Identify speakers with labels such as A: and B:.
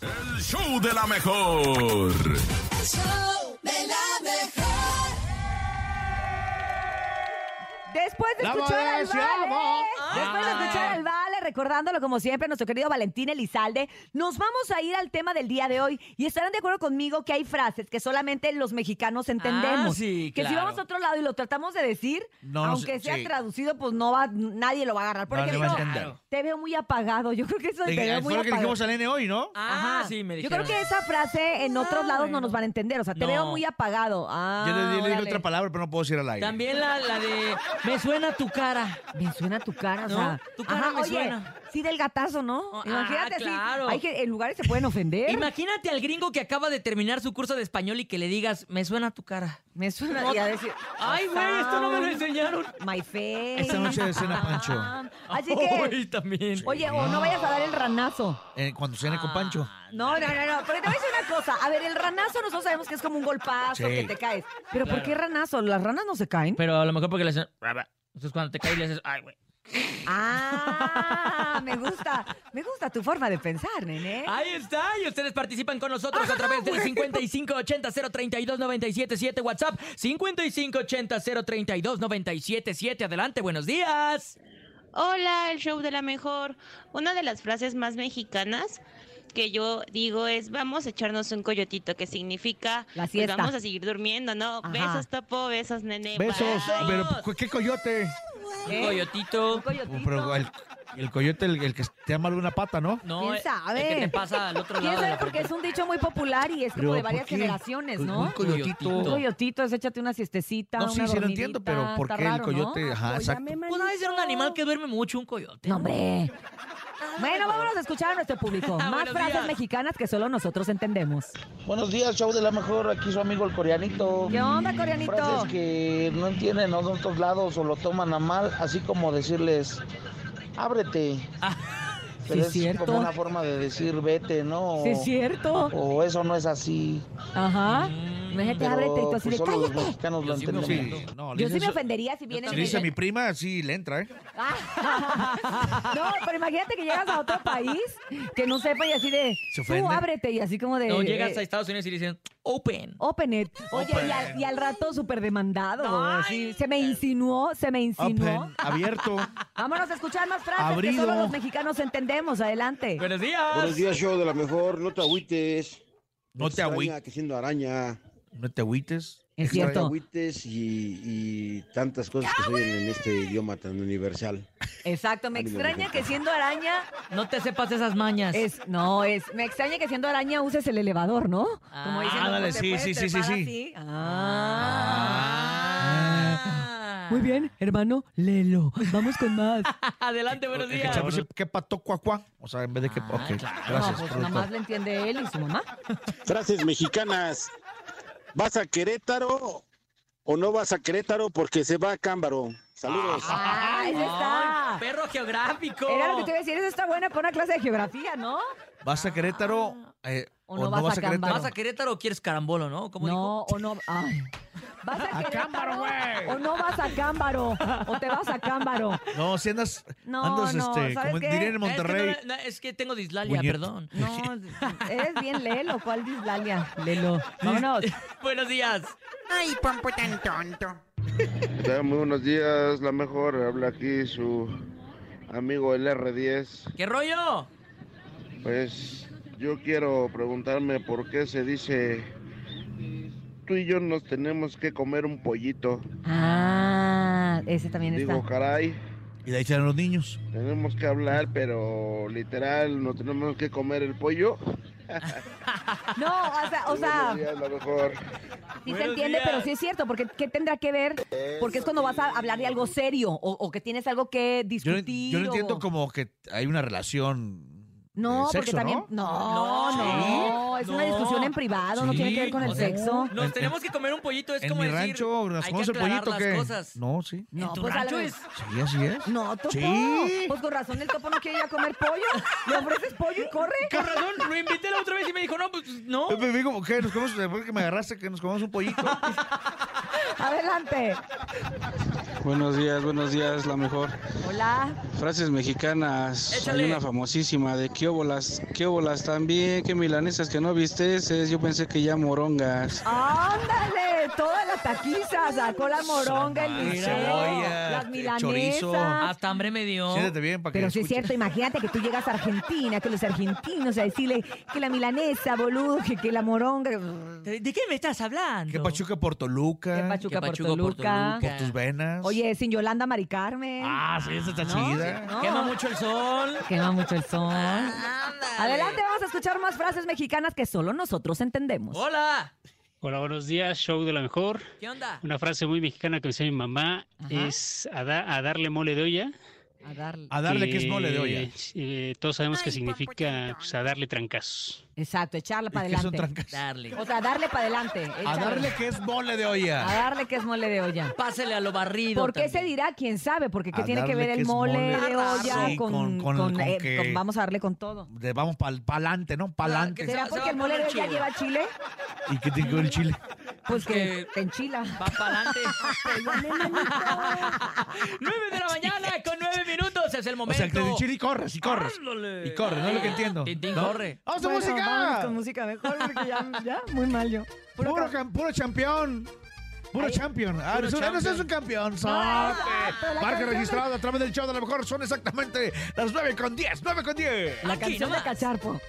A: El show de la mejor.
B: El show de la mejor.
C: Después de
D: Vamos,
C: escuchar al Vale,
D: vamos.
C: después de escuchar al Vale, recordándolo como siempre, nuestro querido Valentín Elizalde, nos vamos a ir al tema del día de hoy y estarán de acuerdo conmigo que hay frases que solamente los mexicanos entendemos.
E: Ah, sí,
C: Que si
E: claro.
C: vamos a otro lado y lo tratamos de decir,
D: No, no
C: aunque
D: sé,
C: sea
D: sí.
C: traducido, pues no va, nadie lo va a agarrar. Por
D: No, no
C: ejemplo,
D: va a entender.
C: te veo muy apagado. Yo creo que eso de te veo
D: Eh,
C: muy
D: Fue lo que
C: apagado.
D: dijimos al nene hoy, ¿no?
E: Ah,
C: Ajá.
E: sí, me
C: Yo
E: dijeron.
C: creo que esa frase en otros
E: Ah,
C: lados no
E: bueno.
C: nos van a entender. O sea, te
E: No.
C: veo muy apagado. Ah,
D: Yo le, le dije
C: órale.
D: otra palabra, pero no puedo decir al aire.
E: También la, la de me suena tu cara.
C: Me suena tu cara, o
E: No,
C: sea.
E: tu cara me
C: oye,
E: suena.
C: Sí, del gatazo, ¿no?
E: Oh,
C: Imagínate
E: ah,
C: así.
E: claro.
C: Hay que, en lugares se pueden ofender.
E: Imagínate al gringo que acaba de terminar su curso de español y que le digas, me suena tu cara.
C: me suena. Y a decir.
E: Ay, güey, esto no me lo enseñaron.
C: My face.
D: Esta noche de cena, Pancho.
C: Ah, Así que.
E: Ay, también.
C: Oye, o no vayas a dar el ranazo.
D: Eh, cuando cene
C: Ah,
D: con Pancho.
C: No, no, no, no. Porque te voy a decir una cosa. A ver, el ranazo nosotros sabemos que es como un golpazo,
D: Sí.
C: que te caes. Pero ¿por qué ranazo? ¿Las ranas no se caen?
E: Pero a lo mejor porque le hacen... Entonces cuando te caes le haces, ay, güey.
C: Ah, me gusta. Me gusta tu forma de pensar, nene.
E: Ahí está, y ustedes participan con nosotros a través del 5580-032-977 WhatsApp, 5580-032-977. Adelante, buenos días.
F: Hola, el show de la mejor. Una de las frases más mexicanas que yo digo es vamos a echarnos un coyotito, que significa
C: La
F: pues,
C: siesta.
F: vamos a seguir durmiendo, ¿no?
C: Ajá.
F: Besos, topo, besos, nene.
D: Besos.
F: bye.
D: Pero, ¿cu- ¿qué coyote?
C: ¿Eh? Un
E: Coyotito.
C: coyotito.
D: Pero el, el coyote, el, el que te ama una pata, ¿no?
E: No,
C: ¿Quién
E: eh,
C: sabe?
E: el que te pasa al otro
C: ¿Quién
E: lado. de
C: sabe?
E: la
C: Porque es
E: frontera.
C: un dicho muy popular y es como
D: Pero,
C: de
D: ¿por
C: varias
D: qué?
C: generaciones, ¿no?
D: Un coyotito.
C: Un
E: coyotito.
C: coyotito es échate una siestecita.
D: No,
C: una
D: sí, sí lo
C: dormidita,
D: entiendo, pero ¿por
C: está
D: qué el
C: raro, ¿no?
D: coyote? Ajá, exacto.
E: Pues debe ser un animal que duerme mucho, un coyote.
C: No, hombre. Bueno, vámonos a escuchar a nuestro público.
G: Ah,
C: Más
E: Buenos
C: frases
E: días.
C: mexicanas que solo nosotros entendemos.
G: Buenos días, show de la mejor. Aquí su amigo el coreanito.
C: ¿Qué onda, coreanito?
G: Mm, Frases que no entienden a otros lados o lo toman a mal, así como decirles, ábrete.
E: Ah,
C: sí,
G: Pero es
C: cierto.
G: como una forma de decir vete, ¿no?
C: Sí, es cierto.
G: O eso no es así.
C: Ajá. Imagínate,
G: Pero,
C: ábrete y tú
G: Mm,
C: así
G: pues,
C: de
G: solo los
C: cállate.
G: mexicanos lo
E: Yo sí me
G: entendemos.
D: Sí, no, le
C: Yo sí
D: dices-
C: me ¿eh? ofendería si viene
D: Si
C: un
D: le dice a mi
C: nene.
D: prima, sí, le entra, ¿eh?
C: Ah. No, pero imagínate que llegas a otro país que no sepa y así de
D: Se ofende.
C: tú ábrete y así como de
E: No, llegas a Estados Unidos y le dicen, open.
C: Open it. Oye,
D: Open.
C: Y, al, y al rato súper demandado.
E: Ay.
C: así. Se me insinuó, se me insinuó.
D: Open, abierto.
C: Vámonos a escuchar más frases que
D: Abrido.
C: solo los mexicanos entendemos. Adelante.
E: Buenos días.
H: Buenos días, show de la mejor. No te agüites.
D: No te
H: Extraña
D: agüites.
H: que siendo araña.
D: No te agüites.
C: Es
H: No te
C: cierto.
H: agüites y, y tantas cosas que se oyen en este idioma tan universal.
C: Exacto. Me
H: Ánimo,
C: extraña
H: mujer.
C: que siendo araña
E: No te sepas esas mañas.
C: es. No, es. Me extraña que siendo araña uses el elevador, ¿no?
E: Ah,
C: dicen,
D: ándale,
C: ¿te
D: sí,
C: puedes
D: sí, sí, sí,
C: trepar
D: sí.
C: así? Ah.
E: Ah.
C: Muy bien, hermano, léelo. Vamos con más.
E: Adelante, buenos
D: El que
E: días.
D: chavo dice, ¿qué pato cuacuá? O sea, en vez de que.
E: Ah,
D: ok,
E: claro.
D: gracias.
C: no, pues nada
D: productor.
C: más le entiende él y su mamá.
I: Frases mexicanas. ¿Vas a Querétaro o no vas a Querétaro porque se va a Cámbaro? Saludos.
C: Ah, ese está.
E: Ay, perro geográfico.
C: Era lo que te iba a decir, eso está buena para una clase de geografía, ¿no?
D: ¿Vas a Querétaro eh, o, no, vas a
C: Acámbaro?
D: Querétaro?
E: ¿Vas a Querétaro o quieres carambolo, no? ¿Cómo
C: no,
E: dijo?
C: o no. Ay. ¿Vas a,
D: A Cámbaro,
C: Querétaro
D: güey.
C: O no vas a Cámbaro. O te vas a Cámbaro.
D: No, si andas,
C: No,
D: andas
C: no,
D: este,
C: ¿sabes
D: como
C: qué?
D: dirían en
E: Es que no
D: Monterrey.
E: era- no, Es que, tengo dislalia,
D: Puñet.
E: perdón.
C: No, eres bien Lelo. ¿Cuál dislalia? Lelo. Vámonos.
E: buenos días.
J: Ay, Pompo tan tonto.
I: Muy buenos días, la mejor. Habla aquí su amigo el R10.
E: ¿Qué rollo?
I: Pues yo quiero preguntarme por qué se dice tú y yo nos tenemos que comer un pollito.
C: Ah, ese también
I: Digo,
C: está.
I: caray,
D: Y de ahí salen los niños.
I: tenemos que hablar, pero literal, no tenemos que comer el pollo.
C: No, o sea, o sea
I: Buenos días, la mejor.
C: sí se
E: Buenos
C: entiende,
E: días.
C: pero sí es cierto, porque ¿qué tendrá que ver? Porque es cuando vas a hablar de algo serio o, o que tienes algo que
D: Yo, no-
C: discutir.
D: yo no
C: o-
D: entiendo como que hay una relación.
C: No,
D: de
C: porque
D: sexo,
C: también.
D: ¿no?
C: No, no,
E: No,
C: es
E: ¿sí?
C: una
E: No.
C: discusión en privado, Ah, no
D: Sí,
C: tiene que ver con el
D: o sea,
C: sexo.
D: En-
E: Nos
D: en-
E: tenemos que comer un pollito. Es
D: en
E: como
D: mi
E: decir,
D: rancho, ¿nos
E: hay que
D: comemos el
E: aclarar
D: pollito o
E: las
D: qué?
E: cosas.
D: No, sí.
C: No,
E: ¿En tu
C: pues a
E: rancho
C: la-
E: es?
D: Sí, así es.
C: No, Topo.
D: Sí.
C: Pues con razón el Topo no quiere ir a comer pollo. Le ofreces pollo y corre.
E: Con razón, lo invité la otra vez y me dijo, no, pues no.
D: Eh, Me digo, ¿qué? Nos comemos, después que me agarraste, que nos comemos un pollito.
C: Adelante.
K: Buenos días, buenos días, la mejor.
C: Hola.
K: Frases mexicanas.
C: Échale.
K: Hay una famosísima de qué óbolas, qué óbolas también, qué milanesas que no visteces. Yo pensé que ya morongas.
C: ¡Ándale! Toda la taquiza sacó la moronga, el
K: Mira,
C: bistec,
K: cebolla,
C: las
E: chorizo. Ah,
C: milanesas.
E: Hasta hambre me dio.
D: Siéntate bien para que
C: Pero sí es
D: escuche.
C: cierto, imagínate que tú llegas a Argentina, que los argentinos a decirle que la milanesa, boludo, que, que la moronga.
E: ¿De de qué me estás hablando?
D: ¿Qué pachuca por Toluca?
C: Que Pachuca,
E: Que Pachuca,
C: Porto Luca.
E: Porto
D: Por tus venas.
C: Oye, sin Yolanda Mari Carmen.
D: Ah, sí, esa está
C: No,
D: chida.
C: no.
E: Quema mucho el sol.
C: Quema mucho el sol. Adelante, vamos a escuchar más frases mexicanas que solo nosotros entendemos.
E: ¡Hola!
L: Hola, buenos días, show de la mejor.
E: ¿Qué onda?
L: Una frase muy mexicana que me decía mi mamá
E: Ajá.
L: es a, da- a darle mole de olla.
E: A darle.
D: A darle que es mole de olla.
L: eh, todos sabemos que significa pues, a darle trancazos.
C: Exacto, echarla para
D: ¿Y qué son
C: adelante.
E: Darle.
C: O sea, darle para adelante.
D: A
C: échale.
D: darle que es mole de olla.
C: A darle que es mole de olla.
E: Pásele a lo barrido.
C: ¿Por qué se
E: también.
C: dirá? ¿Quién sabe? Porque ¿qué
D: A
C: tiene que
D: darle
C: ver
D: que
C: el
D: es
C: mole,
D: mole.
C: de
E: Ah,
C: olla
D: sí,
C: con,
D: con- con-
C: con,
D: con
C: eh,
D: que-
C: con- Vamos a darle con todo.
D: De vamos para adelante, ¿no? Para
E: que
D: adelante.
E: se-
C: ¿Será
E: va
C: porque
E: a
C: el mole de
E: poner
C: olla
E: chido.
C: lleva chile?
D: ¿Y qué tiene que ver el chile?
C: Pues que
E: Que-
C: te enchila.
E: Va para adelante. Nueve de la mañana con nueve minutos es el
D: O
E: momento.
D: sea, que te dice chile y corres, y corres.
E: Ándale.
D: Y corre, no es lo que entiendo.
E: Tintín,
D: ¿no?
E: corre.
D: ¡Vamos a
C: Bueno, vámonos
D: música!
C: con música mejor porque ya, ya muy mal yo.
D: Puro, cam- puro campeón. Puro champion. Ah,
E: Puro
D: eres un- eres
E: champion.
D: un campeón.
C: No,
D: sote.
C: pero la
D: Marca
C: canción
D: registrada a través del show de la mejor. Son exactamente las 9 con 10. 9 con 10.
C: La
E: Aquí
C: canción de
E: nomás.
C: Cacharpo.